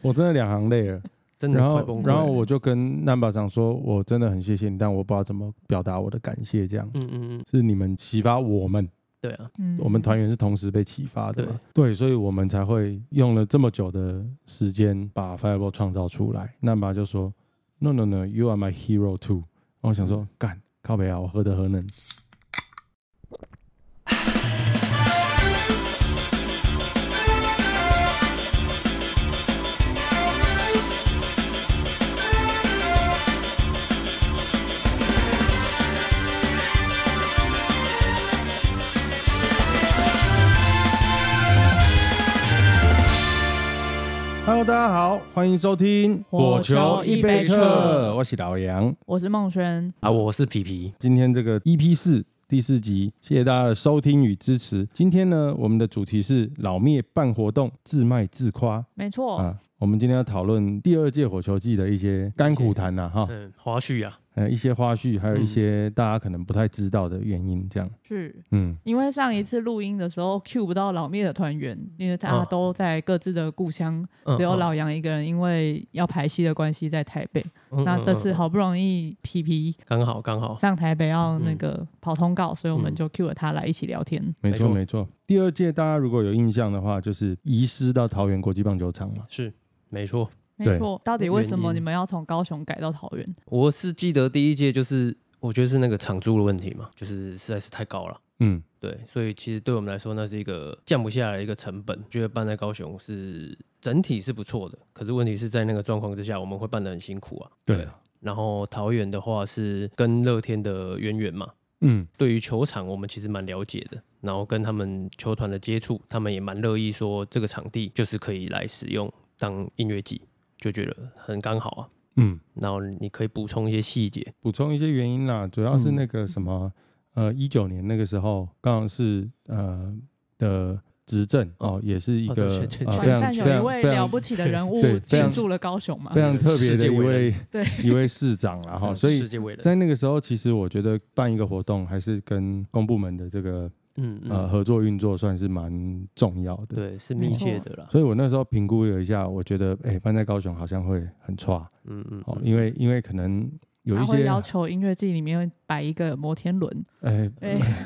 我真的两行泪了。真的然快崩后溃，然后我就跟南巴长说，我真的很谢谢你，但我不知道怎么表达我的感谢，这样。嗯嗯嗯，是你们启发我们，对啊，嗯我们团员是同时被启发的嘛，对，所以我们才会用了这么久的时间把 Fireball 创造出来。那么就说，No No No，You are my hero too。然后我想嗯说，干靠北啊，我何德何能？Hello，大家好，欢迎收听火球一杯撤我是老杨。我是孟轩，啊，我是皮皮，今天这个 EP 四第四集，谢谢大家的收听与支持。今天呢，我们的主题是老灭办活动，自卖自夸。没错，啊，我们今天要讨论第二届火球季的一些甘苦谈呐、哈，嗯，花絮啊，呃，一些花絮，还有一些大家可能不太知道的原因，这样，是嗯，啊因为上一次录音的时候 Q 不到老灭的团员，因为大家哦都在各自的故乡，嗯只有老杨一个人因为要排戏的关系在台北。嗯那嗯这次嗯好不容易皮皮刚好刚好，上台北要那个跑通告，所以我嗯们就 Q 了他来一起聊天。没错没错没错。第二届大家如果有印象的话，就是移师到桃园国际棒球场嘛，是没错，没对错，到底为什原么因你们要从高雄改到桃园？我是记得第一届就是我觉得是那个场租的问题嘛，就是实在是太高了。嗯，对，所以其实对我们来说，那是一个降不下来的一个成本。觉得办在高雄是整体是不错的，可是问题是在那个状况之下，我们会办得很辛苦啊。对，然后桃园的话是跟乐天的渊源嘛，嗯，对于球场我们其实蛮了解的，然后跟他们球团的接触，他们也蛮乐意说这个场地就是可以来使用当音乐季，就觉得很刚好啊。嗯，然后你可以补充一些细节，补充一些原因啦，主要是嗯那个什么，呃，一九年那个时候刚好是呃的执政哦，也是一哦个对对对呃对非团常上非有一常位非了常不起的人对物非进常驻了高雄嘛非？常特别的一位 对 一位市长啦哈，所以嗯世界未来，在那个时候，其实我觉得办一个活动还是跟公部门的这个嗯嗯，呃合作运作算是蛮重要的。对，是没密错切的啦，所以我那时候评估了一下，我觉得哎、办在高雄好像会很差嗯嗯，哦，嗯因为因为可能有他一会些要求音乐季里面摆一个摩 天轮，哎、哎，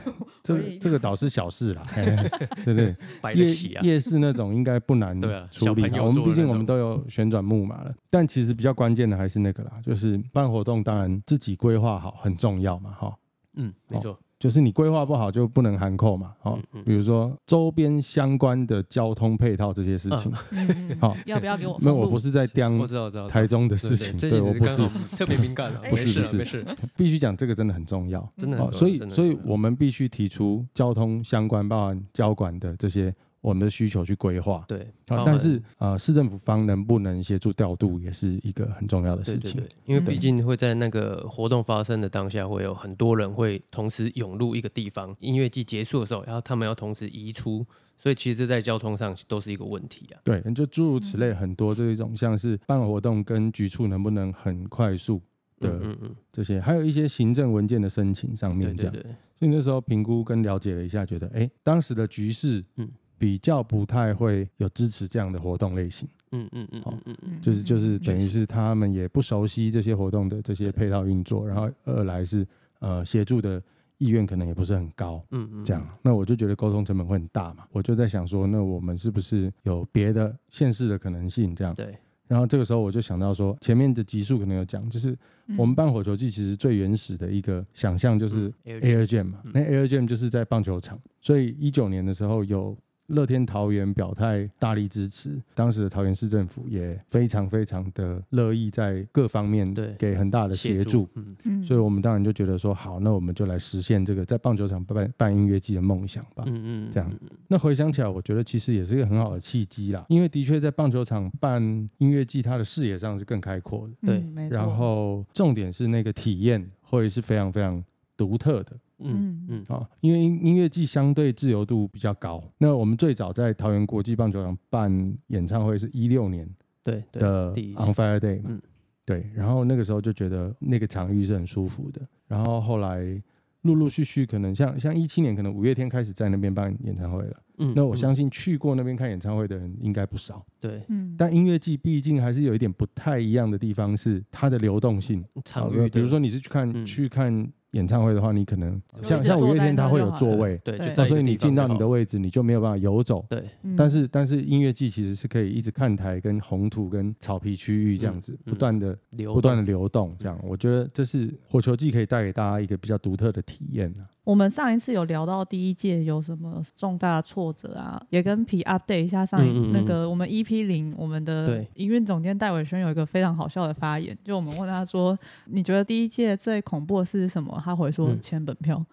这我个也这个倒是小事啦，哎 对不对？ 摆得夜起啊，夜市那种应该不难对啊处小理朋啦。友我们做的毕竟那我们种都有旋转木马了，但其实比较关键的还是那个啦，就是办活动当然自己规划好很重要嘛，哈、嗯，没哦错，就是你规划不好就不能含扣嘛，哦，嗯嗯比如说周边相关的交通配套这些事情，嗯嗯好要不要给我那、封我路不是在刁知道，我知道台中的事情，对我不是特别敏感了，没哎不是事啊不是没事，必须讲这个真的很重要，真的嗯很哦，重要所真以的所以真的我们必须提出交通相关，包含交管的这些我们的需求去规划。对，啊包，但含是呃，市政府方能不能协助调度，也是一个很重要的对事对情。对，因为嗯毕竟会在那个活动发生的当下，会有很多人会同时涌入一个地方。音乐季结束的时候，然后他们要同时移出，所以其实这在交通上都是一个问题啊。对，就诸如此类很多这一种，像是办活动跟局处能不能很快速嗯的嗯嗯，这些，还有一些行政文件的申请上对面这对样。对，所以那时候评估跟了解了一下，觉得哎，当时的局势，嗯嗯，比较不太会有支持这样的活动类型，嗯嗯嗯嗯嗯嗯，嗯就是就是嗯等于确实是他们也不熟悉这些活动的这些配套运作，然后二来是呃协助的意愿可能也不是很高，嗯嗯这样，那我就觉得沟通成本会很大嘛，我就在想说，那我们是不是有别的县市的可能性这样？对，然后这个时候我就想到说，前面的集数可能有讲，就是嗯我们办火球季其实最原始的一个想象就是嗯 Air Jam 嘛，嗯那 Air Jam 就是在棒球场，所以一九年的时候有乐天桃园表态大力支持，当时的桃园市政府也非常非常的乐意在各方面对给很大的协助，，嗯嗯所以我们当然就觉得说，好，那我们就来实现这个在棒球场办办音乐季的梦想吧。嗯嗯，这样那回想起来，我觉得其实也是一个很好的契机啦，因为的确在棒球场办音乐季，它的视野上是更开阔的，对嗯没错然后重点是那个体验会是非常非常独特的嗯嗯啊，因为音音乐季相对自由度比较高。那我们最早在桃园国际棒球场办演唱会是一六年对对，的第一次 On Fire Day 嘛嗯，对，然后那个时候就觉得那个场域是很舒服的，然后后来。陆陆续续可能像像一七年，可能五月天开始在那边办演唱会了。嗯那我相信信去过那边看演唱会的人应该不少。对嗯，但音乐季毕竟还是有一点不太一样的地方，是它的流动性。场好域的，比如说你是去看、嗯去看演唱会的话，你可能就像一直像坐五月在天，那它会就有好座了位，对，对就那在所以一个你地方进到就你的好位置，你就没有办法游走。对嗯但是但是音乐季其实是可以一直看台跟红土跟草皮区域这样子，嗯不断的流不断动的流动，嗯这样我觉得这是火球季可以带给大家一个比较独特的体验啊。我们上一次有聊到第一届有什么重大挫折啊，也跟皮 update 一下上一嗯嗯嗯那个我们 EP 零，我们的对营运总监戴伟轩有一个非常好笑的发言，就我们问他说，你觉得第一届最恐怖的事是什么？他回说嗯签本票，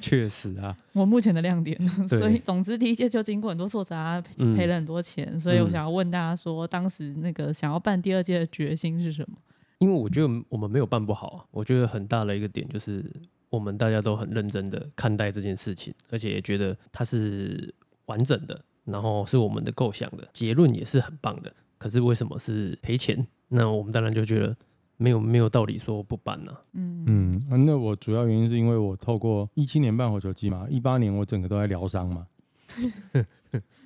确实啊，我目前的 亮点。对所以总之第一届就经过很多挫折啊，赔嗯赔了很多钱，所以我嗯想要问大家说，当时那个想要办第二届的决心是什么？因为我觉得我们没有办不好啊，我觉得很大的一个点就是我们大家都很认真的看待这件事情，而且也觉得它是完整的，然后是我们的构想的，结论也是很棒的。可是为什么是赔钱？那我们当然就觉得没有没有道理说不办呢、嗯嗯，啊那我主要原因是因为我透过一七年办火球季嘛，一八年我整个都在疗伤 嘛。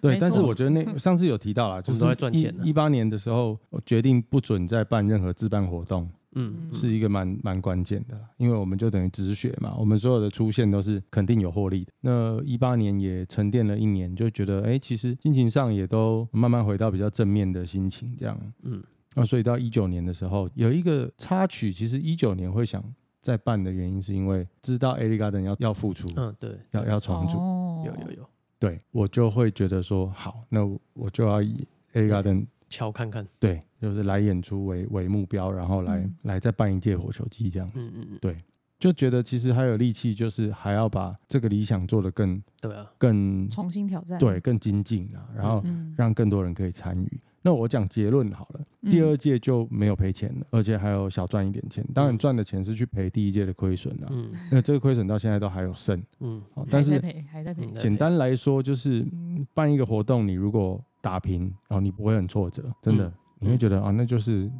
对，没但是错我觉得 那上次有提到啦，就们是都在赚钱啊一八年的时候，我决定不准再办任何自办活动，嗯，是一个蛮蛮关键的啦，因为我们就等于止血嘛，我们所有的出现都是肯定有获利的。那一八年也沉淀了一年，就觉得哎、诶其实心情上也都慢慢回到比较正面的心情，这样。嗯，那所以到一九年的时候，有一个插曲，其实一九年会想再办的原因，是因为知道 Ellie Garden 要要复出，嗯，对，要要重组，哦有有有对我就会觉得说，好，那我我就要以 Ellie Garden 敲看看，对，就是来演出为为目标，然后来、嗯来再办一届火球季这样子。嗯嗯嗯，就觉得其实还有力气，就是还要把这个理想做得更对啊，更重新挑战。对更精进啊，然后嗯，让更多人可以参与。那我讲结论好了，第嗯二届就没有赔钱了，而且还有小赚一点钱。当然赚的钱是去赔第一届的亏损啊，嗯那这个亏损到现在都还有剩。嗯，哦嗯但还是在赔，还在赔嗯。简单来说，就是嗯办一个活动，你如果打平，然后你不会很挫折，真的嗯，你会觉得啊，那就是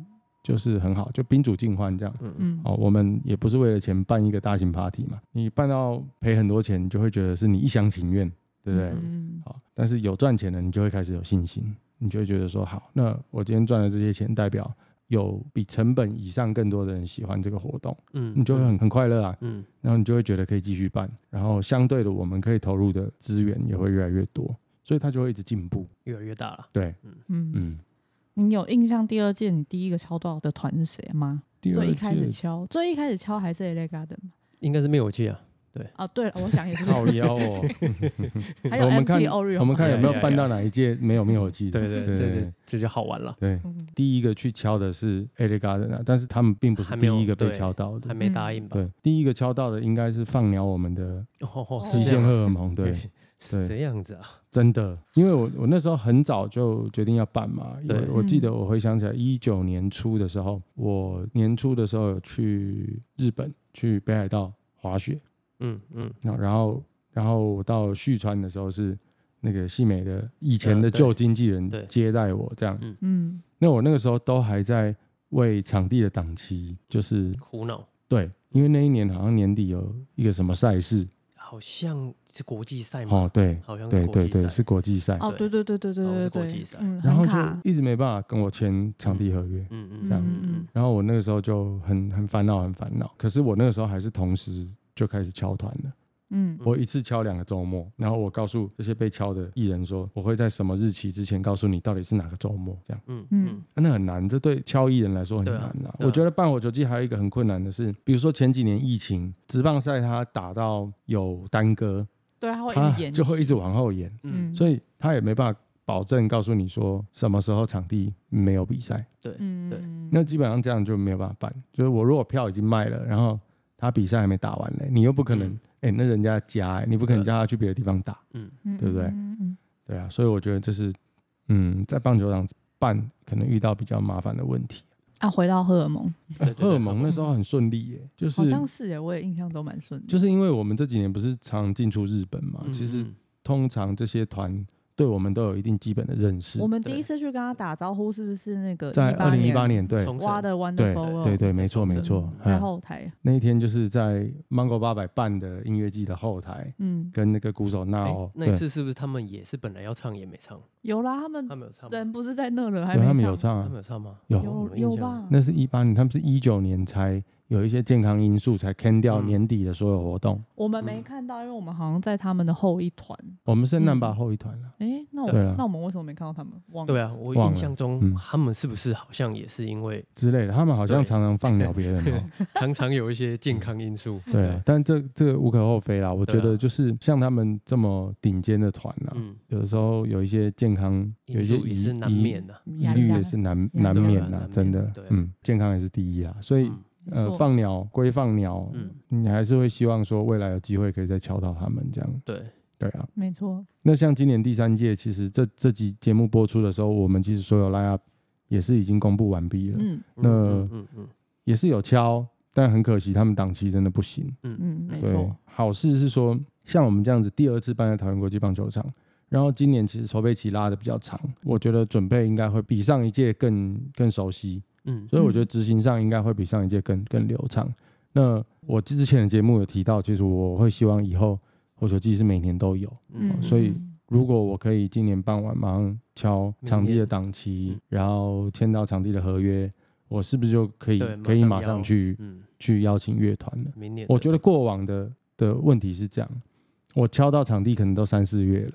就是很好，就宾主尽欢这样。嗯嗯嗯，哦，我们也不是为了钱办一个大型 party 嘛，你办到赔很多钱，你就会觉得是你一厢情愿，对不对？嗯好，但是有赚钱了，你就会开始有信心，你就会觉得说，好，那我今天赚的这些钱，代表有比成本以上更多的人喜欢这个活动，嗯，你就会很很快乐啊，嗯然后你就会觉得可以继续办，然后相对的，我们可以投入的资源也会越来越多，所以它就会一直进步。越来越大了。对，嗯，嗯，你有印象第二届你第一个敲多少的团是谁吗？第最二一开始届敲，最一开始敲还是 LA Garden 吗？应该是灭火器啊，啊，对了，我想也是，靠腰哦，还有我们看 MT Oreo，我们看有没有 哎呀办到哪一届没有灭火器的？对这就这就好玩了，对，嗯第一个去敲的是 e l i Garden 啊，但是他们并不是还第没有一个被对敲到的还。没嗯答应吧？对，第一个敲到的应该是放鸟我们的哦，哦极是这限荷样，尔蒙，对，对 是这样子啊，真的，因为我我那时候很早就决定要办嘛，因为对我记得我回想起来，一九年初的时候，我年初的时候有去日本去北海道滑雪，嗯嗯，那然后然后我到旭川的时候是那个细美的以前的呃对旧经纪人对接待我这样，嗯那我那个时候都还在为场地的档期就是苦恼，对，因为那一年好像年底有一个什么赛事，好像是国际赛嘛，哦，对，好像对是国对际对，赛，是国际赛，哦，对对对对对好像对是对国际对赛，嗯，然后很卡就一直没办法跟我签场地合约，嗯嗯这样嗯嗯然后我那个时候就很很烦恼，很烦恼。可是我那个时候还是同时就开始敲团了，嗯我一次敲两个周末，然后我告诉这些被敲的艺人说，我会在什么日期之前告诉你到底是哪个周末，这样。嗯嗯嗯啊那很难，这对敲艺人来说很对难啊啊。对啊我觉得办火球季还有一个很困难的是，比如说前几年疫情，职棒赛它打到有耽搁，对，哦他会一它直演，就会一直往后延，嗯，所以他也没办法保证告诉你说什么时候场地没有比赛，对，嗯对那基本上这样就没有办法办。就是我如果票已经卖了，然后他比赛还没打完嘞，你又不可能嗯啊哎、那人家家、哎你不可能叫他去别的地方打，嗯嗯对不对嗯嗯对啊，所以我觉得这是嗯，在棒球场办可能遇到比较麻烦的问题。啊，回到荷尔蒙，哎对对对荷尔蒙那时候很顺利耶、就好是像是耶，我也印象都蛮顺的，就是因为我们这几年不是常进出日本嘛，嗯啊其实嗯通常这些团对我们都有一定基本的认识我。们第对一次去跟他打招呼，是不是那个在二18零一年哦八年，对从挖的 Wonderful 对 World 对对，没错没真错。在嗯后台，那一天就是在 Mango 八百办的音乐季的后台，嗯，跟那个鼓手哎 Now，那一次是不是他们也是本来要唱也没唱？有啦，他们他们有唱吗？人不是在那了，还对，对他没们有唱他啊们，有唱吗？有有有有印象吧？那是一八年，他们是一九年才有一些健康因素才 can 掉嗯年底的所有活动。我们没嗯看到，因为我们好像在他们的后一团。我们是嗯 number 后一团了，哎，那我对啊那我们为什么没看到他们？忘对了。啊，我忘印了象嗯中他们是不是好像也是因 为之类的，他们好像对常常 放鸟别人哦。常常有一些健康因嗯素？对啊，，但这这个无可厚非啦。我觉对啊得就是像他们这么顶尖的团啊，嗯，有的时候有一些健康有因一些素也疑是难疑免的。啊疑压力虑大也是难压难力大免难啦，免真的对啊，嗯，健康也是第一啊。所以嗯没呃，错放鸟归放鸟，嗯，你还是会希望说未来有机会可以再敲到他们这样。对，对啊，没错，那像今年第三届，其实这这集节目播出的时候，我们其实所有 line up 也是已经公布完毕了，嗯那嗯嗯嗯也是有敲，但很可惜他们档期真的不行。嗯嗯，嗯，没对错，，好事是说，像我们这样子第二次办在桃园国际棒球场，然后今年其实筹备期拉的比较长，我觉得准备应该会比上一届更更熟悉，嗯所以我觉得执行上应该会比上一届更更流畅。那我之前的节目有提到，其实我会希望以后火球季是每年都有，嗯，哦所以嗯如果我可以今年办完马上敲场地的档期嗯，然后签到场地的合约，我是不是就可以对可以马马上上邀去嗯，去邀请乐团了？明年我觉得得过往的的问题是这样，我敲到场地可能都三四月了，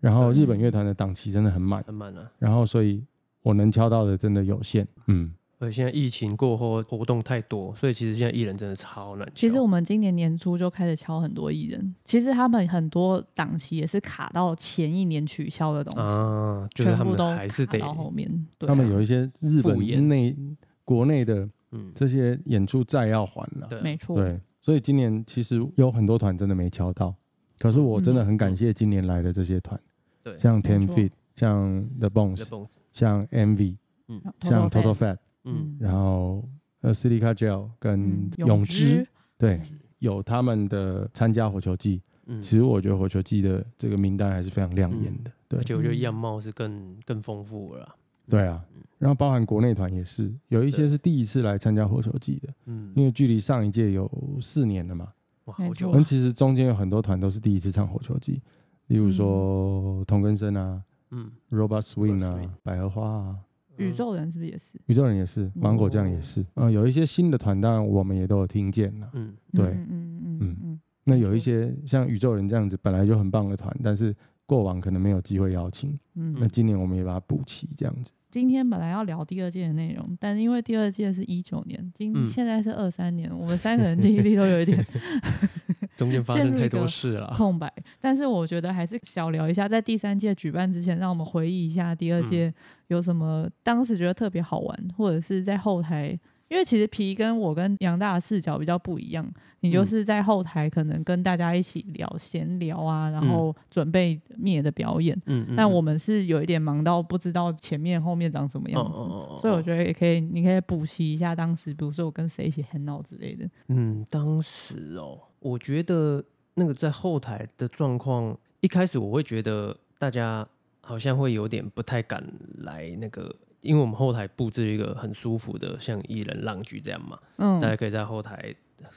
然后对日本乐团的档期真的很满，很慢啊了，然后所以我能敲到的真的有限。嗯，而且现在疫情过后活动太多，所以其实现在艺人真的超难敲。其实啊我们今年年初就开始敲很多艺人，其实他们很多档期也是卡到前一年取消的东西，啊，就是他全部们都还是卡得到后面。对啊他们有一些日复本演内国内的嗯，这些演出债要还了。对没错，对，所以今年其实有很多团真的没敲到，可是我真的很感谢今年来的这些团，对，像 Ten 没错 Feet、像 The The Bones、 Bones，像 MV、嗯像 Total Fan Fat，嗯，然后呃 c i t y c a Gel 跟泳泳之，，对，有他们的参加火球季。嗯，其实我觉得火球季的这个名单还是非常亮眼的，对而且我觉得嗯样貌是更更丰富了啦，对啊。然后包含国内团也是，有一些嗯对是第一次来参加火球季的，嗯，因为距离上一届有四年了嘛。哇，啊没我觉错我们得其实中间有很多团都是第一次唱火球季，例如说童根生啊、嗯， Robot Swing Robot Swing 啊、百合花啊、宇宙人是不是也是？宇宙人也哦是，芒果酱也是，嗯、有一些新的团，当然我们也都有听见了。嗯，对嗯嗯嗯嗯嗯，那有一些像宇宙人这样子本来就很棒的团，但是过往可能没有机会邀请，嗯那今年我们也把它补齐这样子。今天本来要聊第二届的内容，但因为第二届是一九年，今、嗯现在是二三年，我们三个人记忆力都有一点嗯，中间发陷生入太一多个事了，空白。但是我觉得还是小聊一下，在第三届举办之前，让我们回忆一下第二届有什么、当时觉得特别好玩，或者是在后台。因为其实皮跟我跟杨大的视角比较不一样，你就嗯是在后台可能跟大家一起聊闲聊啊，然嗯后准备灭的表演。嗯，嗯但我嗯们是有一点忙到不知道前面后面长什么样子，哦所以我得，觉得也可以，你可以补习一下当时，比如说我跟谁一起 hang out 之类的。嗯，当时哦，我觉得那个在后台的状况，一开始我会觉得大家好像会有点不太敢来那个。因为我们后台布置一个很舒服的，像艺人浪局这样嘛，大家嗯，可以在后台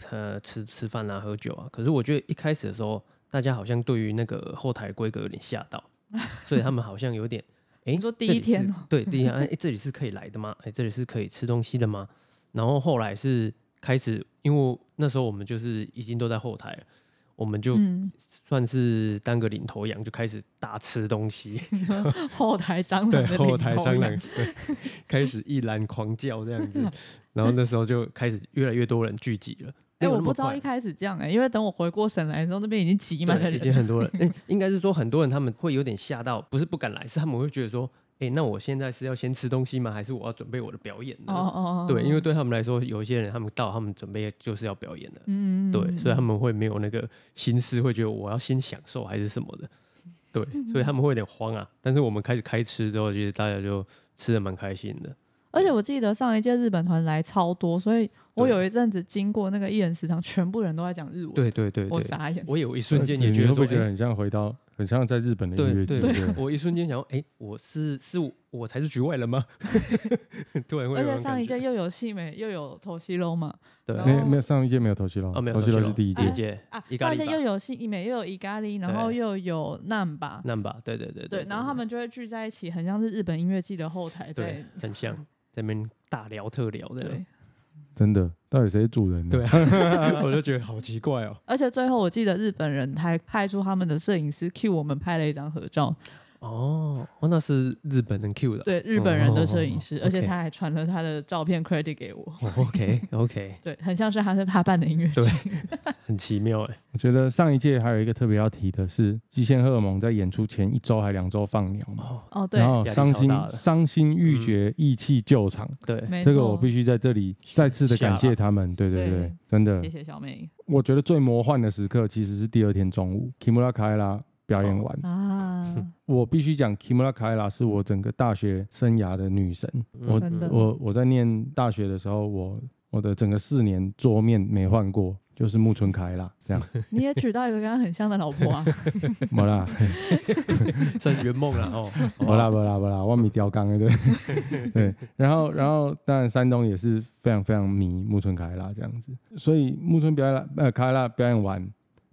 呃吃吃饭啊、喝酒啊。可是我觉得一开始的时候，大家好像对于那个后台规格有点吓 到，所以他们好像有点，哎、你说第这一里是天哦 对，第一天，哎、这里是可以来的吗？哎、这里是可以吃东西的吗？然后后来是开始，因为那时候我们就是已经都在后台了，我们就嗯，算是当个领头羊，就开始大吃东西。 后台蟑对螂，的后领台头蟑羊哎螂，对， 开始一览狂叫这 样子，然后那时候就开始越来越多人聚集了。没哎、有我那不么知道快一开始这样哎、因为等我回过神来的时候，那边已经挤满了对已经人。很 多人，哎应该是说很多人他们会有点吓到，不是不敢来，是他们会觉得说，哎、那我现在是要先吃东西吗？还是我要准备我的表演呢？哦哦哦，对，因为哦对他们来说，有一些人他们到他们准备就是要表演的，嗯，嗯对，所以他们们会没有那个心思，会觉得我要先享受还是什么的，对，嗯所以他们会有点慌啊。但是我们开始开吃之后，其实大家就吃的蛮开心的，而且我记得上一届日本团来超多，所以我对有一阵子经过那个艺人食堂，全部人都在讲日文，对对对我对，傻眼。我有一瞬间也你觉得会不说，会觉得诶很像回到很像在日本的音对乐对节，对对，我一瞬间想说，哎、我是是我我才是局外人吗？突然会有而那且种上一感届觉又有戏美，又有头西龙嘛，对然没后啊有没有上一届没有头西龙啊没，有头西头龙是西龙第一姐届，姐啊伊，咖上喱一届吧又有戏美，又有伊咖喱，然后对又有难吧，那吧，对对对对，然后他们就会聚在一起，很像是日本音乐季的后台对在很像在那边大聊特聊的，啊对，真的，到底谁是主人呢？对啊我就觉得好奇怪哦。而且最后我记得日本人还派出他们的摄影师 Q 我们拍了一张合照，哦，哦那是日本人 Q 的对日本人的摄影哦师，哦哦而且 OK 他还传了他的照片 credit 给我，哦，OK OK，对，很像是他是他办的音乐对季，很奇妙哎。我觉得上一届还有一个特别要提的是，《极限荷尔蒙》在演出前一周还两周放鸟嘛，哦，哦对然，后压力伤超心大嗯的伤心欲绝，意气救场，对，没这个我错，必须在这里再次的感谢他啊们，对对对对，真的谢，谢小 妹我觉得最魔幻的时刻其实是第二天中午，Kimura k a a 表演完，啊，我必须讲 Kimura k a a 是我整个大学生涯的女神，我真嗯的我我在念大学的时候，我我的整个四年桌面没换过，就是木村凯啦， 这样，你也娶到一个跟他很像的老 婆啊，没啦，算圆梦了哦，好不没好啦，没啦，没啦，我米雕缸 的，对对。然后，然后，当然山东也是非常非常迷木村凯啦这样子，所以木村表演啦呃凯拉表演完，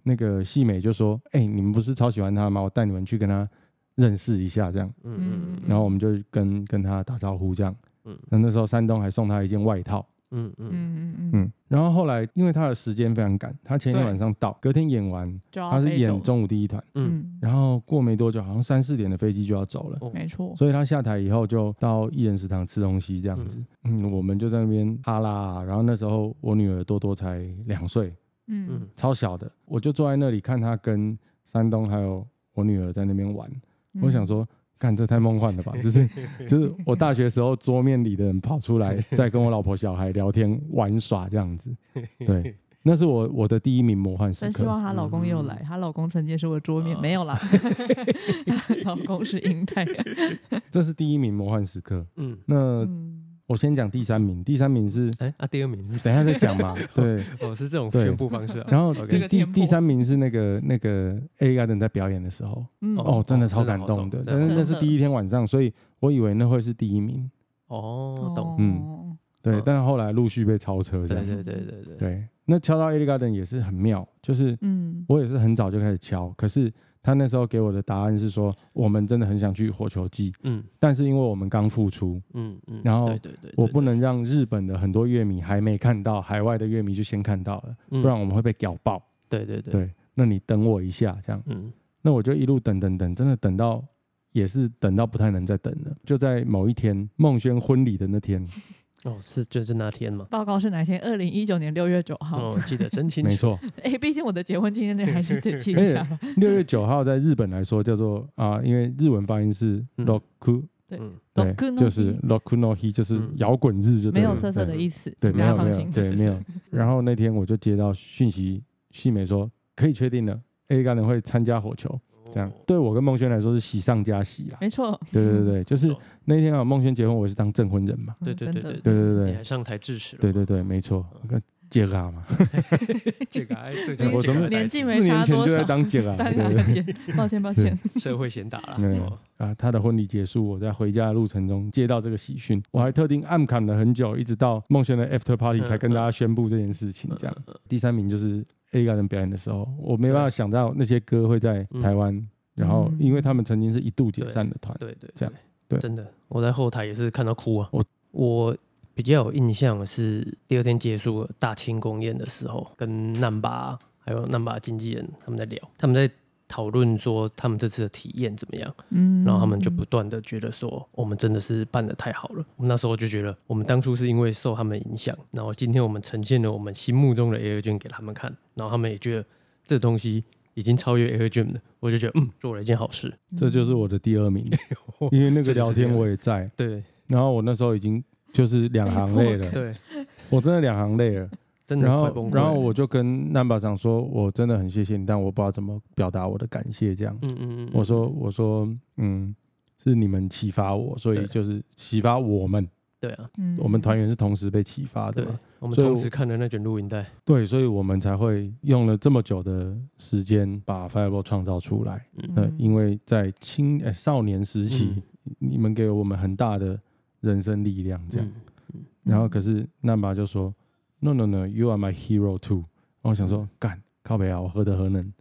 那个细美就说：“哎、你们不是超喜欢他吗？我带你们去跟他认识一下这样。”嗯嗯然后我们就跟跟他打招呼这样。嗯那那时候山东还送他一件外套。嗯嗯嗯，嗯嗯嗯，嗯，然后后来因为他的时间非常赶，他前一天对哦晚上到，隔天演完，就要他是飞走演了，中午第一团，嗯，然后过没多久，好像三四点的飞机就要走了，哦没错，所以他下台以后就到艺人食堂吃东西这样子。嗯，我们就在那边哈拉啊、然后那时候我女儿多多才两岁，嗯嗯，超小的，我就坐在那里看她跟山东还有我女儿在那边玩，嗯我想，说。干这太梦幻了吧！ 就是就是我大学时候桌面里的人跑出来，在跟我老婆小孩聊天玩耍这样 子，对，那是我我的第一名魔幻时真希刻。嗯哦望她老公又来，她老公曾经是我桌面，啊 没有啦，老公是英泰，这是第一名魔幻时刻。嗯，那嗯，我先讲第三名，第三名是哎，啊，第二名是等一下再讲嘛。 对，哦，是这种对宣布方式啊。然后 OK 这第个第天幕第三名是那个那个 A Garden 在表演的时候，嗯哦哦，真的哦超真的感好动的。爽真但的是好那是爽第一天晚上，所以我以为那会是第一名，哦，懂，嗯对嗯，但后来陆续被超车这对样。对对对对，对，那敲到 A Garden 也是很妙，就是嗯，我也是很早就开始敲，可是他那时候给我的答案是说，我们真的很想去火球季，嗯但是因为我们刚复出，嗯嗯，然后对对对，我不能让日本的很多乐迷还没看到，海外的乐迷就先看到了，不不然我们会被屌爆。嗯对对对，对，那你等我一下，这样，嗯那我就一路等等等，真的等到也是等到不太能再等了。就在某一天孟轩婚礼的那天，哦，是就是那天嘛，报告是哪天？二零一九年六月九号 哦。，记得真清没楚，错，哎，毕竟我的结婚纪念日还是得记一下吧。六月九号在日本来说叫做啊、因为日文发音是嗯 roku，、嗯，对 Roku，no 就是 roku no hi，就是嗯摇滚日就对没了，有色色的思，意思，对，请没大家有没放有心。 对没有。然后那天我就接到讯息，细美说可以确定了，A 干人会参加火球，这样对我跟孟轩来说是喜上加喜啦。没错，对对对，就是懂那天啊，孟轩结婚，我也是当证婚人嘛。对对对真的对对你对还上台致辞了，对对对，没错，我跟杰嘎 嘛，这个哎，这对个我怎么年纪没四年差前多就在少当杰嘎，大对家对对见，抱歉抱歉。社会贤达了，嗯哦啊，他的婚礼结束，我在回家的路程中接到这个喜讯，我还特定暗砍了很久，一直到孟轩的 after party 嗯才跟大家宣布这件事情。这样，第三名就是 A 个人表演的时候，我没办法想到那些歌会在嗯台湾，然后嗯因为他们曾经是一度解散的团，对对，这样对对真的，我在后台也是看到哭啊。我我我比较有印象的是第二天结束了大庆公演的时候，跟难巴还有难巴经纪人他们在聊，他们在讨论说他们这次的体验怎么样，嗯，然后他们就不断的觉得说我们真的是办的太好了。我们那时候就觉得我们当初是因为受他们影响，然后今天我们呈现了我们心目中的 Air Jam 给他们看，然后他们也觉得这东西。已经超越 Air Jam 了，我就觉得嗯，做了一件好事。嗯这就是我的第二名，嗯因为那个聊天我也 在，对然后我那时候已经就是两行泪了，对，我真的两行泪了。真的然快后崩，溃了。然后我就跟南巴长说，我真的很谢谢你，但我不知道怎么表达我的感谢。这样，嗯嗯嗯，我说，我说，嗯，是你们启发我，所以对就是启发我们，对啊，嗯，我们团员是同时被启发的对啊嘛，我们啊所以同我时看了那卷录音带，对，所以我们才会用了这么久的时间把 Fireball 创造出来。嗯那嗯因为在青、呃少年时期，你们给我们很大的人生力量，这样。嗯然后可是那爸就说：“No No No，You are my hero too。”然后我想说，干靠北啊，我何德何能，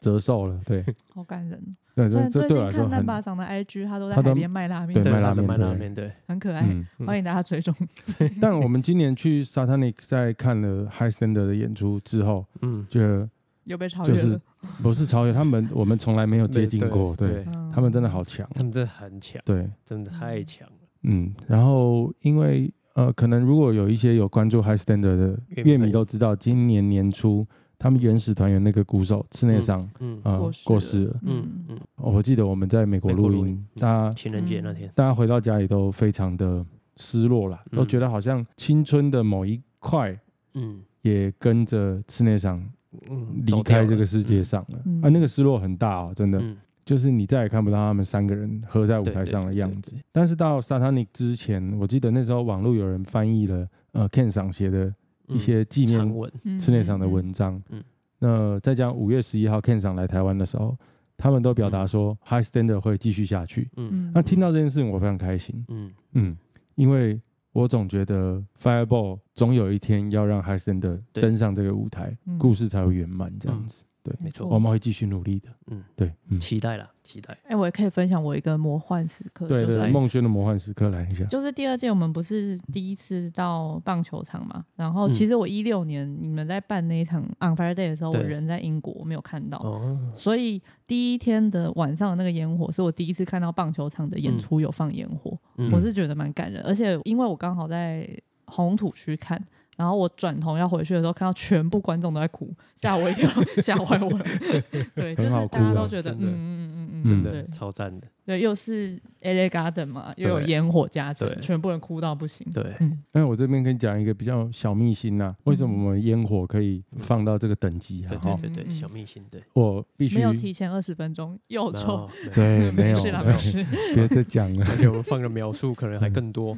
折寿了。对，好感人。对，虽这然这最对近我来说看很蛋爸长的 IG，他都在他的海边卖拉面，对对，麦拉他的面麦对拉面，对，很可爱。嗯。欢迎大家追踪。 但我们今年去 Satanic 在看了 High Standard 的演出之后，嗯，觉得 又被超越就了。是不是超越他们，我们从来没有接近过。对，对，嗯他们真的好强。啊他们真的很强，对，真的太强了，嗯，然后因为呃，可能如果有一些有关注 High Standard 的乐迷乐迷朋友都知道，今年年初他们原始团员那个鼓手次内桑嗯啊过世过了世了。哦嗯嗯嗯，我记得我们在美国美国录录音音，大家情人节那天，大家回到家里都非常的失落啦，都嗯觉得好像青春的某一块嗯也跟着次内桑嗯，离走掉开了这个世界，上了嗯啊，那个失落很大哦，真的。嗯就是你再也看不到他们三个人合在舞台上的样对对子对对对。但是到《Satanic》之前，我记得那时候网络有人翻译了呃 Ken 赏写的嗯一些纪念长文，嗯室内上的文章。嗯嗯那再加上五月十一号 Ken 赏来台湾的时候，他们都表达说 High Standard 会继续下去。嗯那听到这件事情，我非常开心。嗯嗯，因为我总觉得 Fireball 总有一天要让 High Standard 对登上这个舞台，嗯故事才会圆满这样子。没错我们会继续努力的。嗯，对，嗯。期待啦，期待，哎、我也可以分享我一个魔幻时刻，对就对，是孟轩的魔幻时刻来一下。就是第二届我们不是第一次到棒球场嘛，然后嗯其实我一六年你们在办那一场 On Fire Day 的时候，我对人在英国，我没有看到。哦，所以第一天的晚上的那个烟火，是我第一次看到棒球场的嗯演出有放烟火，嗯我是觉得蛮感人。而且因为我刚好在红土区看，然后我转头要回去的时候，看到全部观众都在哭，吓我一跳， 吓坏我了。 对，就很是好大哭家啊都觉得，真嗯的嗯嗯嗯真嗯，真的的对超赞的，对，又是 LA Garden 嘛，又有对烟火加持对，全部人哭到不行。对，嗯，那我这边跟你讲一个比较小秘辛呐、为什么我们烟火可以放到这个等级啊？对哈对，对嗯嗯对，嗯小秘辛，对，我必须没有提前二十分钟，又然臭后。对对， 没有事啦，没没有事。别再讲了，而且我们放的描述可能还 更多，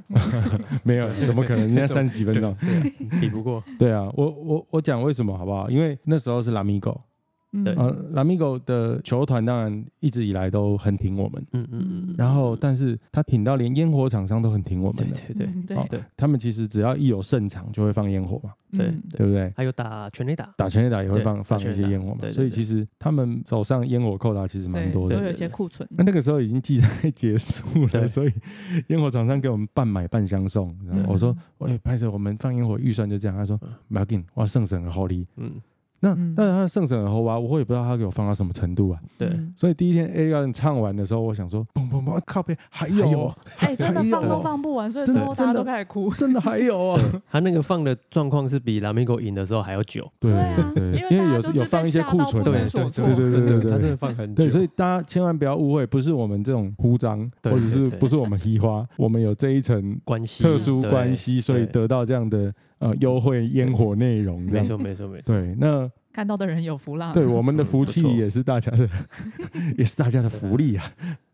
没有，怎么可能？人家三十几分钟。比不过，对啊，我我我讲为什么好不好？因为那时候是拉米狗，嗯对呃，拉米狗的球团当然一直以来都很挺我们，嗯嗯嗯，然后但是他挺到连烟火厂商都很挺我对们的，对对嗯对好他们其实只要一有胜场就会放烟火嘛，对嗯对不对？还有打全垒打，打全垒打也会对放放打全一垒些打烟火嘛对，对所以对其实他们手上烟火扣打其实蛮对，多都的。有一些库存。那那个时候已经季赛结束了，对所以烟火厂商给我们半买半相送。然嗯后我说：“哎，拍摄我们放烟火预算就这样。”他说嗯：“不要紧，我要圣神而后力。嗯，”那嗯但是他圣神而后啊，我也不知道他给我放到什么程度啊。对，嗯所以第一天 A 人唱完的时候，我想说：“砰砰砰，啊靠边，还还有有哦，哎，真的还有放都放不完，所以真最的后大家真的都开始哭。真的还有哦。他那个放的状况是比拉米狗赢的时候还要久，”对啊，对，因因为为大家有就是有被放一些吓库到存不的知，所措对对对真的对他真的放很久，对，所以大家千万不要误会，不是我们这种铺张，或对者是对对不是我们黑 花，我们有这一层关系特殊关，系，所以对嗯得到这样的呃优惠烟火内容这对没样。错没错没错，对，那看到的人有福啦。对 我们的嗯福不气错也是大家 的，也是大家的福利啊。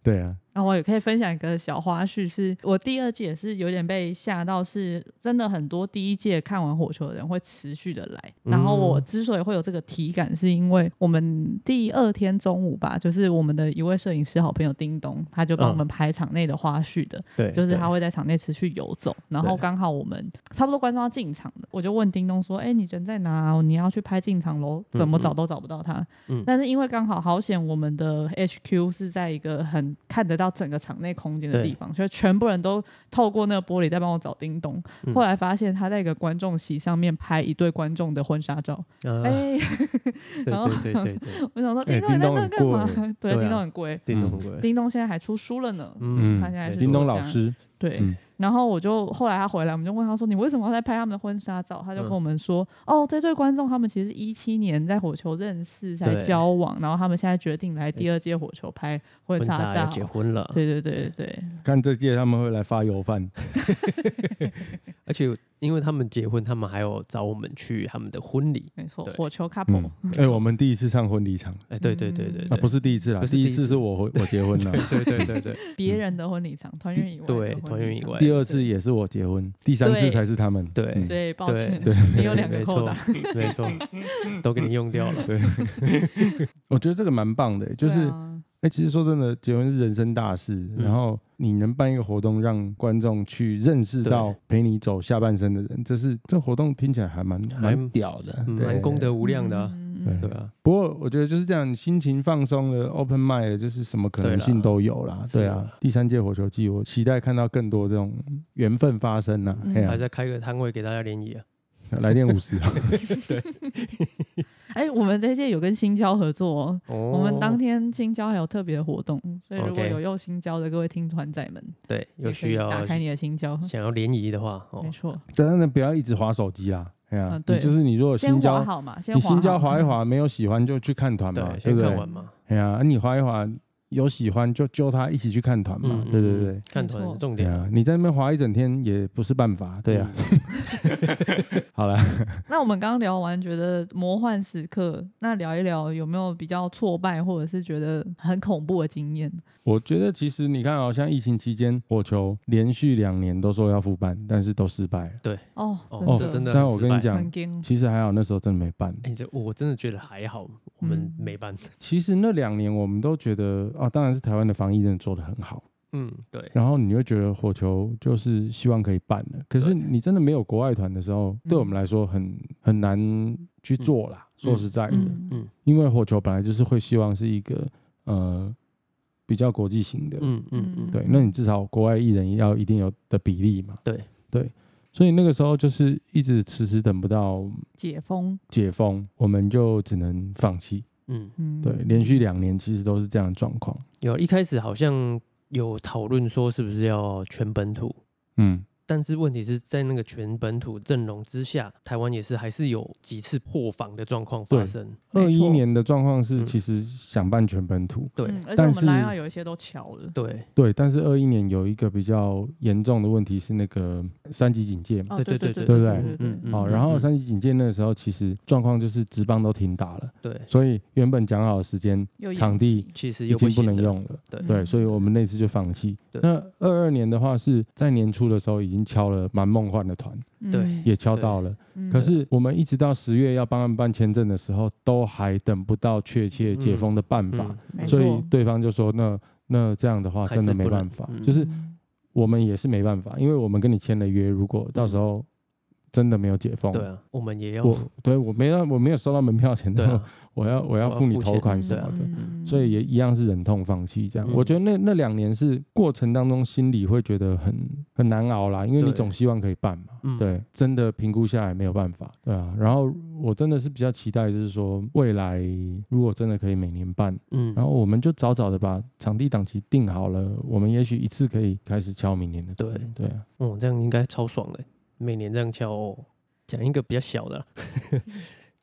对啊，那我也可以分享一个小花絮，是我第二届也是有点被吓到，是真的很多第一届看完火球的人会持续的来。嗯然后我之所以会有这个体感，是因为我们第二天中午吧，就是我们的一位摄影师好朋友叮咚，他就嗯帮我们拍场内的花絮的，对， 就是他对，会在场内持续游走。然后对刚好我们差不多观众要进场了，我就问叮咚说：“哎、你人在哪啊、你要去拍进场喽？怎么嗯嗯找都找不到他。嗯但是因为刚好好险，我们的 HQ 是在一个很看得到整个场内空间的对地方，所以全部人都透过那个玻璃在帮我找叮咚。嗯后来发现他在一个观众席上面拍一对观众的婚纱照，啊哎、对然后对对对 对，我想说哎叮咚你在叮咚那很贵干嘛？对对，啊叮咚很贵，叮咚嗯鬼，叮咚现在还出书了呢。嗯他现在是没错叮咚作老家师，对，嗯然后我就后来他回来，我们就问他说：“你为什么要在拍他们的婚纱嗯照？”他就跟我们说：“哦，这对观众他们其实一七年在火球认识，才对交往，然后他们现在决定来第二届火球拍婚婚纱纱照要。结婚了，对”对对对对，看这届他们会来发油饭，而且因为他们结婚，他们还有找我们去他们的婚礼，没错，对火球 couple 嗯。，哎，我们第一次上婚礼场哎，对对对对啊，对，不是第一次啦，不是第一第一次次是我我结婚了， 对对对对，别人的婚礼场，团员以外的对婚礼团圆以外，第二次也是我结婚，第三次对才是他们。对嗯对，抱对歉，对你有两个没扣错打，，没 错，都给你用掉了。我觉得这个蛮棒的，就是哎、对啊诶其实说真的，结婚是人生大事，嗯然后你能办一个活动，让观众去认识到陪对你走下半生的人，这是这活动听起来还蛮还蛮屌的，嗯对蛮功。德无量的啊，嗯对对啊，不过我觉得就是这样，心情放松了，open mind 了就是什么可能性都有啦。对对啦啊，第三届火球季，我期待看到更多这种缘分发生啦。嗯哎还呀，在开个摊位给大家联谊啊，来电五十，啊 哎、我们这一届有跟新交合作、哦，哦，我们当天青椒还有特别的活动，所以如果 OK 有用青椒的各位听团仔们，对有也可需以要打开你的青椒，想要联谊的话，哦没，错，但是不要一直划手机啦。哎呀嗯，对你就是你如果先新划交，好嘛，先你划新交好划一划，没有喜欢就去看团嘛对，，对先不看对完？嘛，哎呀，啊你划一划，有喜欢就揪他一起去看团嘛嗯，，对嗯对嗯对。看团没是错重对点啊啊，，你在那边划一整天也不是办法，对啊。好了，啊那我们刚刚聊完，觉得魔幻时刻，那聊一聊有没有比较挫败或者是觉得很恐怖的经验？我觉得其实你看哦，像疫情期间，火球连续两年都说要复办，但是都失败了。哦，哦，这真的的很失败，但我跟你很讲，惊，其实还好，那时候真的没办。哎，这我真的觉得还好，我们嗯没办，其实那两年我们都觉得啊，当然是台湾的防疫真的做得很好，嗯，对，然后你会觉得火球就是希望可以办了。可是对嗯你真的没有国外团的时候，对我们来说很很难去做啦。说实在的，嗯嗯因为火球本来就是会希望是一个呃比较国际型的，嗯嗯嗯，对嗯，那你至少国外艺人要一定有的比例嘛。对对，所以那个时候就是一直迟迟等不到解封，解封，我们就只能放弃。嗯，嗯，对，连续两年其实都是这样的状况。有一开始好像有讨论说是不是要全本土，嗯，但是问题是在那个全本土阵容之下，台湾也是还是有几次破防的状况发对生。二没一错年的状况嗯是其实想办全本土，对、嗯嗯而且但我是们蓝亚有一些都巧了，对对，但是二一年有一个比较严重的问题是那个三级警戒嘛。哦，对对对对对对嗯嗯哦，嗯然后嗯三级警戒那个时候，其实状况就是职棒都停打了，对，所以原本讲好的时间又场延地期其实已又经不行能了，用了。对对，嗯所以我们那次就放弃。对那二二年的话是在年初的时候已经敲了蛮梦幻的团，对嗯也敲到了。嗯可是我们一直到十月要帮他们办签证的时候，都还等不到确切解封的办嗯法，没所以错对方就说：“那那这样的话还真的是没不能办法。嗯就是嗯我们也是没办法，因为我们跟你签了约，如果到时候真的没有解封，嗯对啊，我们也要哦我对我没有我没有收到门票钱，对然后啊， 我要我要我要付你付头钱款嗯什么的。嗯啊所以也一样是忍痛放弃这样。嗯我觉得那那两年是过程当中心里会觉得很很难熬啦，因为你对总希望可以办嘛。嗯对，真的评估下来没有办法，对啊。然后我真的是比较期待，就是说未来如果真的可以每年办，嗯，然后我们就早早的把场地档期定好了，我们也许一次可以开始敲明年的团。对啊，嗯，这样应该超爽的，每年这样敲、哦。讲一个比较小的啦，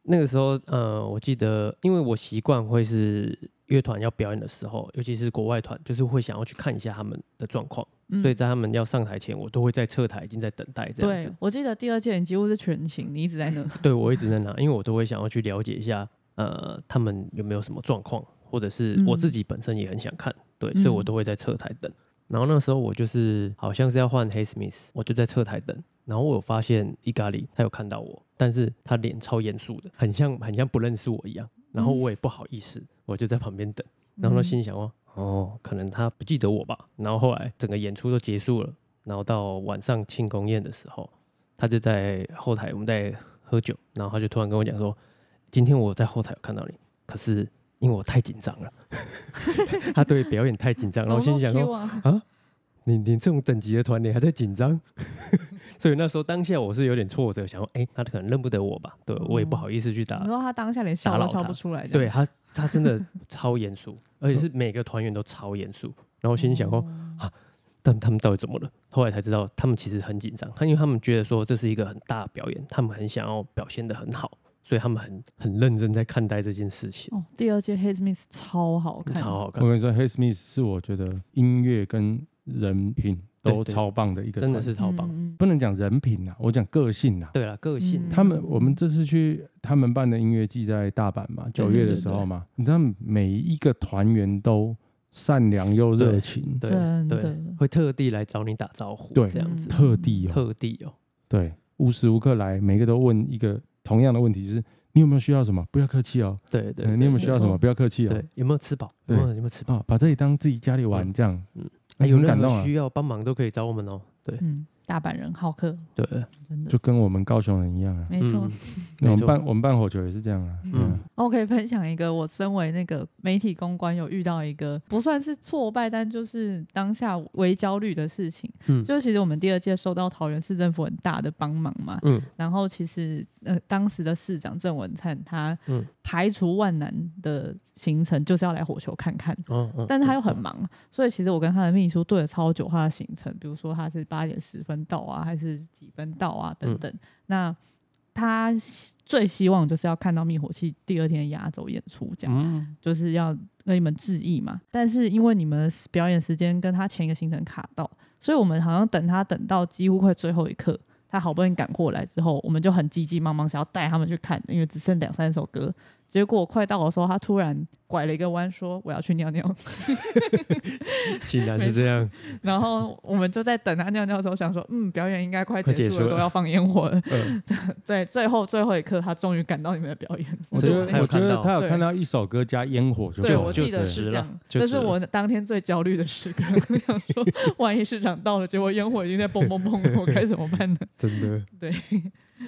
那个时候，呃，我记得，因为我习惯会是乐团要表演的时候，尤其是国外团，就是会想要去看一下他们的状况，嗯所以在他们要上台前，我都会在侧台已经在等待这样子对。，我记得第二届你几乎是全勤，你一直在那，对我一直在拿，因为我都会想要去了解一下，呃，他们有没有什么状况，或者是我嗯自己本身也很想看，对，所以我嗯都会在侧台等。然后那时候我就是好像是要换 Hey Smith，我就在侧台等。然后我有发现伊咖喱他有看到我，但是他脸超严肃的，很像很像不认识我一样。然嗯后我也不好意思，我就在旁边等。然后他心里想说，哦，可能他不记得我吧。然后后来整个演出都结束了，然后到晚上庆功宴的时候，他就在后台，我们在喝酒，然后他就突然跟我讲说，今天我在后台有看到你，可是因为我太紧张了， 他对表演太紧张，然后我心里想说，说，你你这种等级的团，你还在紧张， 所以那时候当下我是有点挫折，想说，哎、他可能认不得我吧，对我也不好意思去打你说他当下连笑打都扰笑他不出来，这对样，他，他真的 超严肃，而且是每个团员都超严肃。然后心里想哦说，但他们到底怎么了？后来才知道，他们其实很紧张，他因为他们觉得说这是一个很大的表演，他们很想要表现的很好，所以他们很很认真在看待这件事情，哦，第二届 h a z m i t h 超好看，超好看我，跟你说 h e Smith 是我觉得音乐跟人品对都对超棒的一个团，真的是超棒。嗯，不能讲人品啊，我讲个性啊。对了，个性嗯他们我们这次去他们办的音乐季在大阪嘛，对九月的时候嘛，你知道每一个团员都善良又热情，对真的嗯对，会特地来找你打招呼，对这样子，特地哦，特地哦，对，无时无刻来，每个都问一个同样的问题，就是你有没有需要什么？不要客气哦，对对，呃你有没有没需要什错么？不要客气哦对，，有没有吃饱？有对没有有没有吃饱？啊，把这里当自己家里玩嗯这样，嗯哎，有很任感动何啊，需要帮忙都可以找我们哦。对嗯，大阪人好客，对，真的就跟我们高雄人一样啊，没错。嗯我没们错办我们办火球也是这样啊，嗯嗯，哦我可以分享一个，我身为那个媒体公关有遇到一个不算是挫败，但就是当下微焦虑的事情。嗯就是其实我们第二届收到桃园市政府很大的帮忙嘛，嗯然后其实呃当时的市长郑文灿他嗯排除万难的行程就是要来火球看看。哦哦，但是他又哦很忙，所以其实我跟他的秘书对了超久他的行程，比如说他是八点十分到啊，还是几分到啊等等。那他希最希望就是要看到灭火器第二天的压轴演出，这样、嗯就是要跟你们致意嘛。但是因为你们的表演时间跟他前一个行程卡到，所以我们好像等他等到几乎快最后一刻。他好不容易赶过来之后，我们就很急急忙忙想要带他们去看，因为只剩两三首歌。结果快到的时候，他突然拐了一个弯，说：“我要去尿尿。”竟然是这样，然后我们就在等他尿尿的时候，想说，嗯，表演应该快快结结束束了，了都要放烟火了。 呃对，最后最后一刻，他终于赶到你们的表演。我所以觉这得还我有觉看得到他有对看到一首歌加烟火就对，够我了就记得值是这了样，就这值是了我当天最焦虑的时刻。 我想说，万一市场到了，结果烟火已经在蹦蹦蹦，我该怎么办呢？ 真的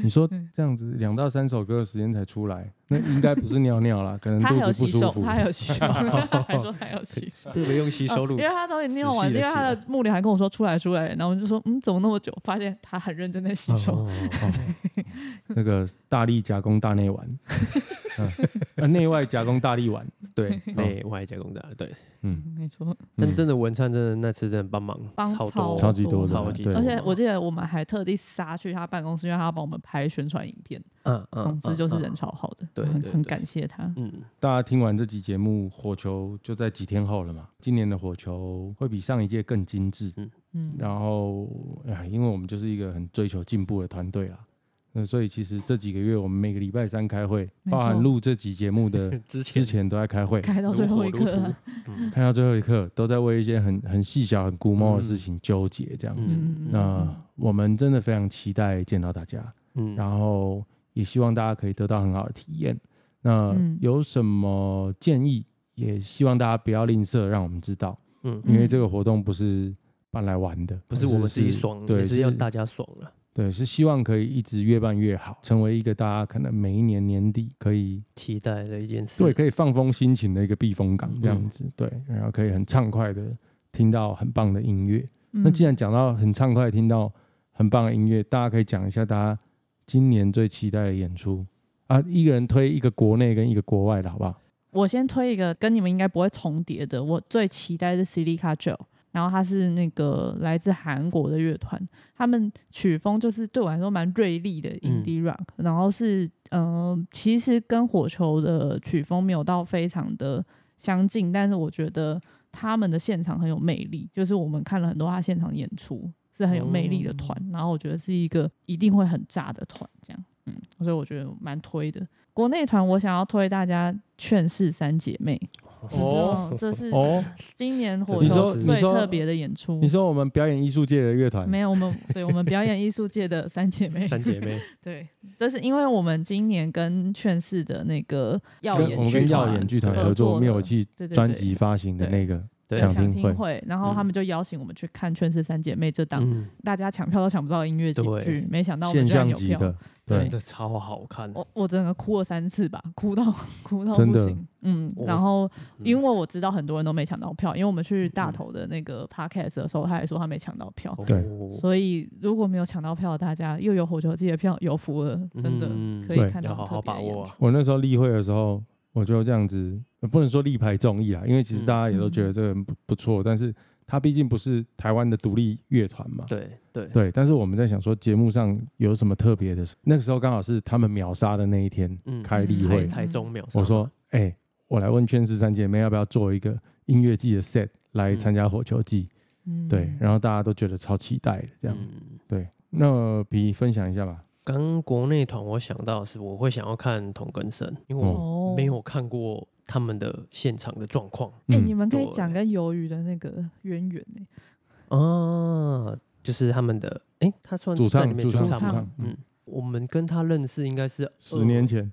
你说嗯这样子两到三首歌的时间才出来，那应该不是尿尿 啦，可能他还肚有子不洗舒手，服他。还 有洗手，还说还有洗手。特别用吸收啊录因为，他东西尿完，仔因细为地他的幕僚还跟我说出来出来，然后我就说嗯，怎么那么久？发现他很认真在洗手， 哦哦 那个大力加工大内 丸，嗯呃内外加工大力丸，对，哦哦内外加工的，对。嗯，没错。但嗯真的文灿真的那次真的帮忙帮超超多超级多多的啦，超级对而且我记得我们还特地杀去他办公室，因为他要帮我们拍宣传影片。嗯嗯，总之就是嗯人，超好的，对很对很对感谢他。嗯大家听完这集节目，火球就在几天后了嘛。今年的火球会比上一届更精致，嗯，然后哎，因为我们就是一个很追求进步的团队啦，那所以其实这几个月我们每个礼拜三开会，没错包含录这集节目 的之前之前都在开会，开到最后一刻啊，嗯看到最后一刻都在为一些很很细小、很古猫的事情纠结这样子。嗯嗯那我们真的非常期待见到大家，嗯，然后也希望大家可以得到很好的体验。那嗯有什么建议，也希望大家不要吝啬，让我们知道，嗯因为嗯这个活动不是办来玩的，不是我们自己爽，对，也是要大家爽啊了，对，是希望可以一直越办越好，成为一个大家可能每一年年底可以期待的一件事。对可以放风心情的一个避风港嗯这样子，对，然后可以很畅快的听到很棒的音乐。那嗯既然讲到很畅快，听到很棒的音乐，大家可以讲一下大家今年最期待的演出啊，一个人推一个国内跟一个国外的好不好？我先推一个跟你们应该不会重叠的，我最期待是 Silica Joe。然后他是那个来自韩国的乐团，他们曲风就是对我来说蛮锐利的嗯 indie rock，、然后是嗯、呃其实跟火球的曲风没有到非常的相近，但是我觉得他们的现场很有魅力，就是我们看了很多他现场演出是很有魅力哦的团，然后我觉得是一个一定会很炸的团，这样，嗯，所以我觉得蛮推的。国内团我想要推大家《劝世三姐妹》哦，这是哦，今年火你球说最你说特别的演出你。说我们表演艺术界的乐团没有，我们对我们表演艺术界的三姐妹，三姐妹， 对，这是因为我们今年跟劝世的那个耀跟眼我们剧跟团耀眼剧团合合作作的灭火器对对对专辑发行的那个对抢抢听听会，然后他们就邀请我们去看《劝世三姐妹》这档嗯，大家抢票都抢不到的音乐喜对剧，没想到我们现居然象有级票。的，对真的超好看，我我真的哭了三次吧，哭到哭到真不的行。嗯，我然后嗯因为我知道很多人都没抢到票，因为我们去大头的那个 podcast 的时候，他还说他没抢到票，哦对所以如果没有抢到票，大家又有火球季的票，有福了，真的嗯可以对看到要好特好别把的演握出啊。我那时候例会的时候，我就这样子，呃不能说力排众议啦，因为其实嗯大家也都觉得这个人不不错，但是他毕竟不是台湾的独立乐团嘛，对对，对，但是我们在想说节目上有什么特别的事，那个时候刚好是他们秒杀的那一天嗯开例嗯会，台台中秒杀嘛，我说，哎、我来问圈十三姐妹要不要做一个音乐季的 set 来参加火球季，嗯，对，然后大家都觉得超期待的这样，嗯，对，那比分享一下吧，刚国内团我想到的是我会想要看同根生，因为我哦，哦没有看过他们的现场的状况哎、嗯你们可以对讲跟鱿鱼的那个渊源呢、啊，就是他们的哎，他算哦主是在唱里面主唱主唱唱吗，嗯嗯，我们跟他认识应该是十年前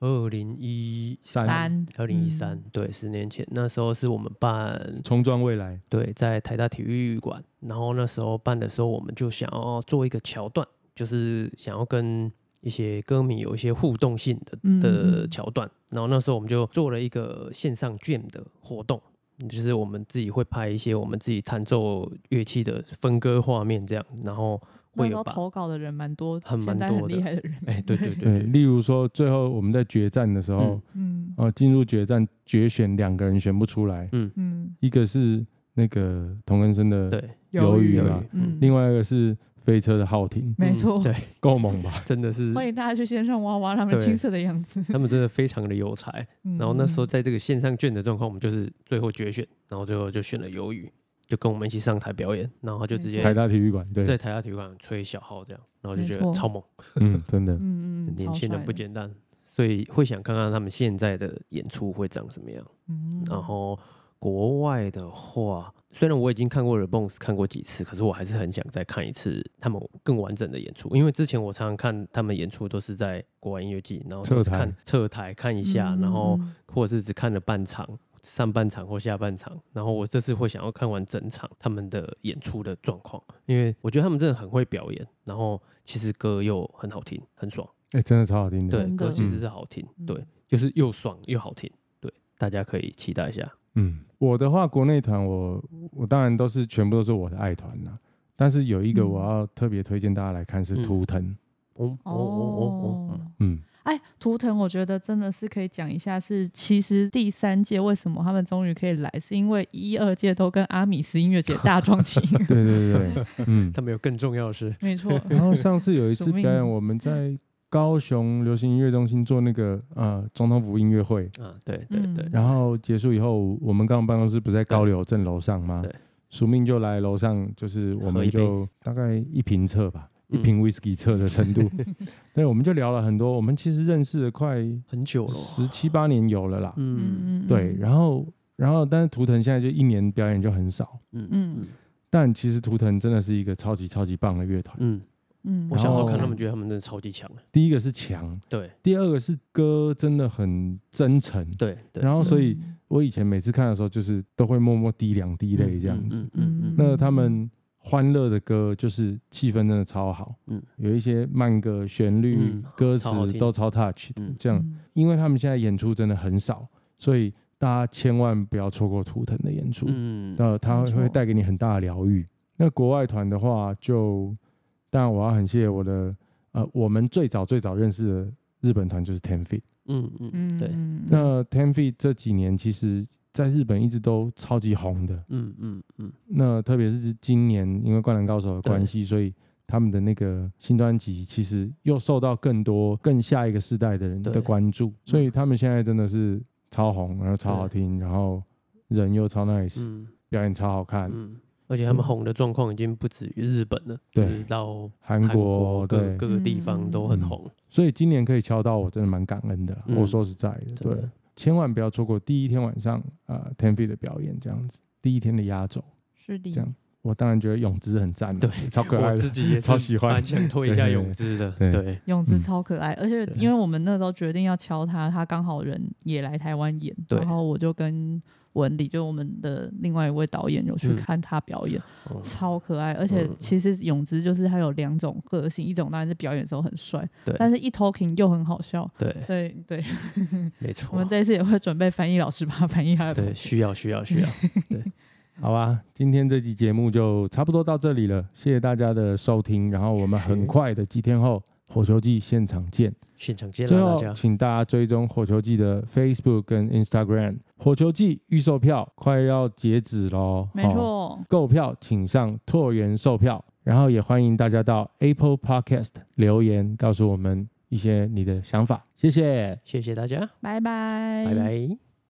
哦二零一三嗯二零一三，对，十年前那时候是我们办重装未来，对，在台大体育馆，然后那时候办的时候，我们就想要做一个桥段，就是想要跟一些歌迷有一些互动性的嗯的嗯桥段。然后那时候我们就做了一个线上卷的活动，就是我们自己会拍一些我们自己弹奏乐器的分割画面这样，然后那会时有候把投稿的人蛮多，很蛮现在多很的厉害的人，哎，对对对，对对，例如说最后我们在决战的时候嗯， 嗯呃，进入决战决选两个人选不出来，嗯，一个是那个童根生的，对，鱿鱼有嘛鱼嗯，另外一个是飞车的浩廷，没嗯错，对， 够猛吧？真的是欢迎大家去线上挖挖他们对青涩的样子。他们真的非常的有才。 嗯然后那时候在这个线上卷的状况，我们就是最后决选，然后最后就选了鱿鱼，就跟我们一起上台表演，然后他就直对台接大体育馆，对，在台下体育馆吹小号这样，然后就觉没得错超猛，嗯， 真的，嗯，嗯嗯，年超轻帅人不的，简单，所以会想看看他们现在的演出会长什么样。嗯，然后国外的话，虽然我已经看过 r e b o n s 看过几次，可是我还是很想再看一次他们更完整的演出，因为之前我常常看他们演出都是在国外音乐季，然后都侧是台看侧台看一一下，然嗯后。或者是只看了半场、上半场或下半场，然后我这次会想要看完整场他们的演出的状况，因为我觉得他们真的很会表演，然后其实歌又很好听，很爽，哎，真的超好听的，对，真的嗯歌其实是好听，对，就是又爽又好听，对，大家可以期待一下。嗯，我的话，国内团我我当然都是全部都是我的爱团啦，但是有一个嗯我要特别推荐大家来看是嗯图腾，哦哦哦哦哦，嗯，哎，图腾，我觉得真的是可以讲一下是，其实第三届为什么他们终于可以来，是因为一二届都跟阿米斯音 乐节大撞期。对对对 对，嗯嗯，。他们有更重要的是， 没错，然后上次有一 次署名表演，我们在高雄流行音乐中心做那个呃总统府音乐会，啊，对对对，嗯然后结束以后，我们刚刚办公室不是在高柳镇楼上吗对？署命就来楼上，就是我喝们一杯就大概一瓶测吧，一嗯瓶 whisky 测的程 度。对，我们就聊了很多，我们其实认识了快很久了，十七八年有了啦。嗯嗯嗯，对，然后然后但是图腾现在就一年表演就很少，嗯嗯但其实图腾真的是一个超级超级棒的乐团。嗯，嗯，我小时候看然后他们，觉得他们真的超级强，第一个是强，对第二个是歌真的很真诚。对对，然后，所以嗯我以前每次看的时候，就是都会默默滴两滴泪这样子。嗯嗯嗯那他们欢乐的歌就是气氛真的超好，嗯嗯，有一些慢歌、旋律、嗯歌超好词听都超 touch 的嗯这样，嗯因为他们现在演出真的很少，所以大家千万不要错过图腾的演出，嗯嗯那它没会错会带给你很大的疗愈。那国外团的话就，当然我要很谢谢我的呃，我们最早最早认识的日本团就是 Ten Feet。嗯嗯嗯，嗯，对。嗯那 Ten Feet 这几年其实在日本一直都超级红的，嗯嗯嗯，那特别是今年因为《灌篮高手》的关系，所以他们的那个新专辑其实又受到更多、更下一个世代的人对嗯的关注，所以他们现在真的是超红，然后超好听，然后人又超 nice，、嗯表演超好看，嗯，而且他们嗯红的状况已经不止于日本了，对就是到韩、韩国各对，各个地方都很红，所以今年可以敲到我，真的蛮感恩的啦、嗯我说实在的，真对，的。千万不要错过第一天晚上啊、呃、Ten Feet 的表演，这样子，第一天的压轴，是的，这样我当然觉得泳姿很赞啊，嗯对超可我 爱的自，己也是超喜欢蛮想推一对下对对泳姿的，对对，泳姿嗯超可爱，而且对因为我们那时候决定要敲他，他刚好人也来台湾演，对然后我就跟文理，就我们的另外一位导演有去嗯看他表演，哦超可爱。而且嗯其实泳姿就是他有两种个性，一种当然是表演的时候很帅，对但是一 talking 又很好笑。对，所以对，没我错们，这一次也会准备翻译老师帮他翻译他的。对，需要需要需要，好吧，今天这期节目就差不多到这里了，谢谢大家的收听。然后我们很快的几天后，《火球季》现场见。现场接最了后大，家，请大家追踪《火球季》的 Facebook 跟 Instagram。《火球季》预售票快要截止喽，没哦错，购票请上拓元售票。然后也欢迎大家到 Apple Podcast 留言，告诉我们一些你的想法，谢谢。谢谢大家，拜拜，拜拜。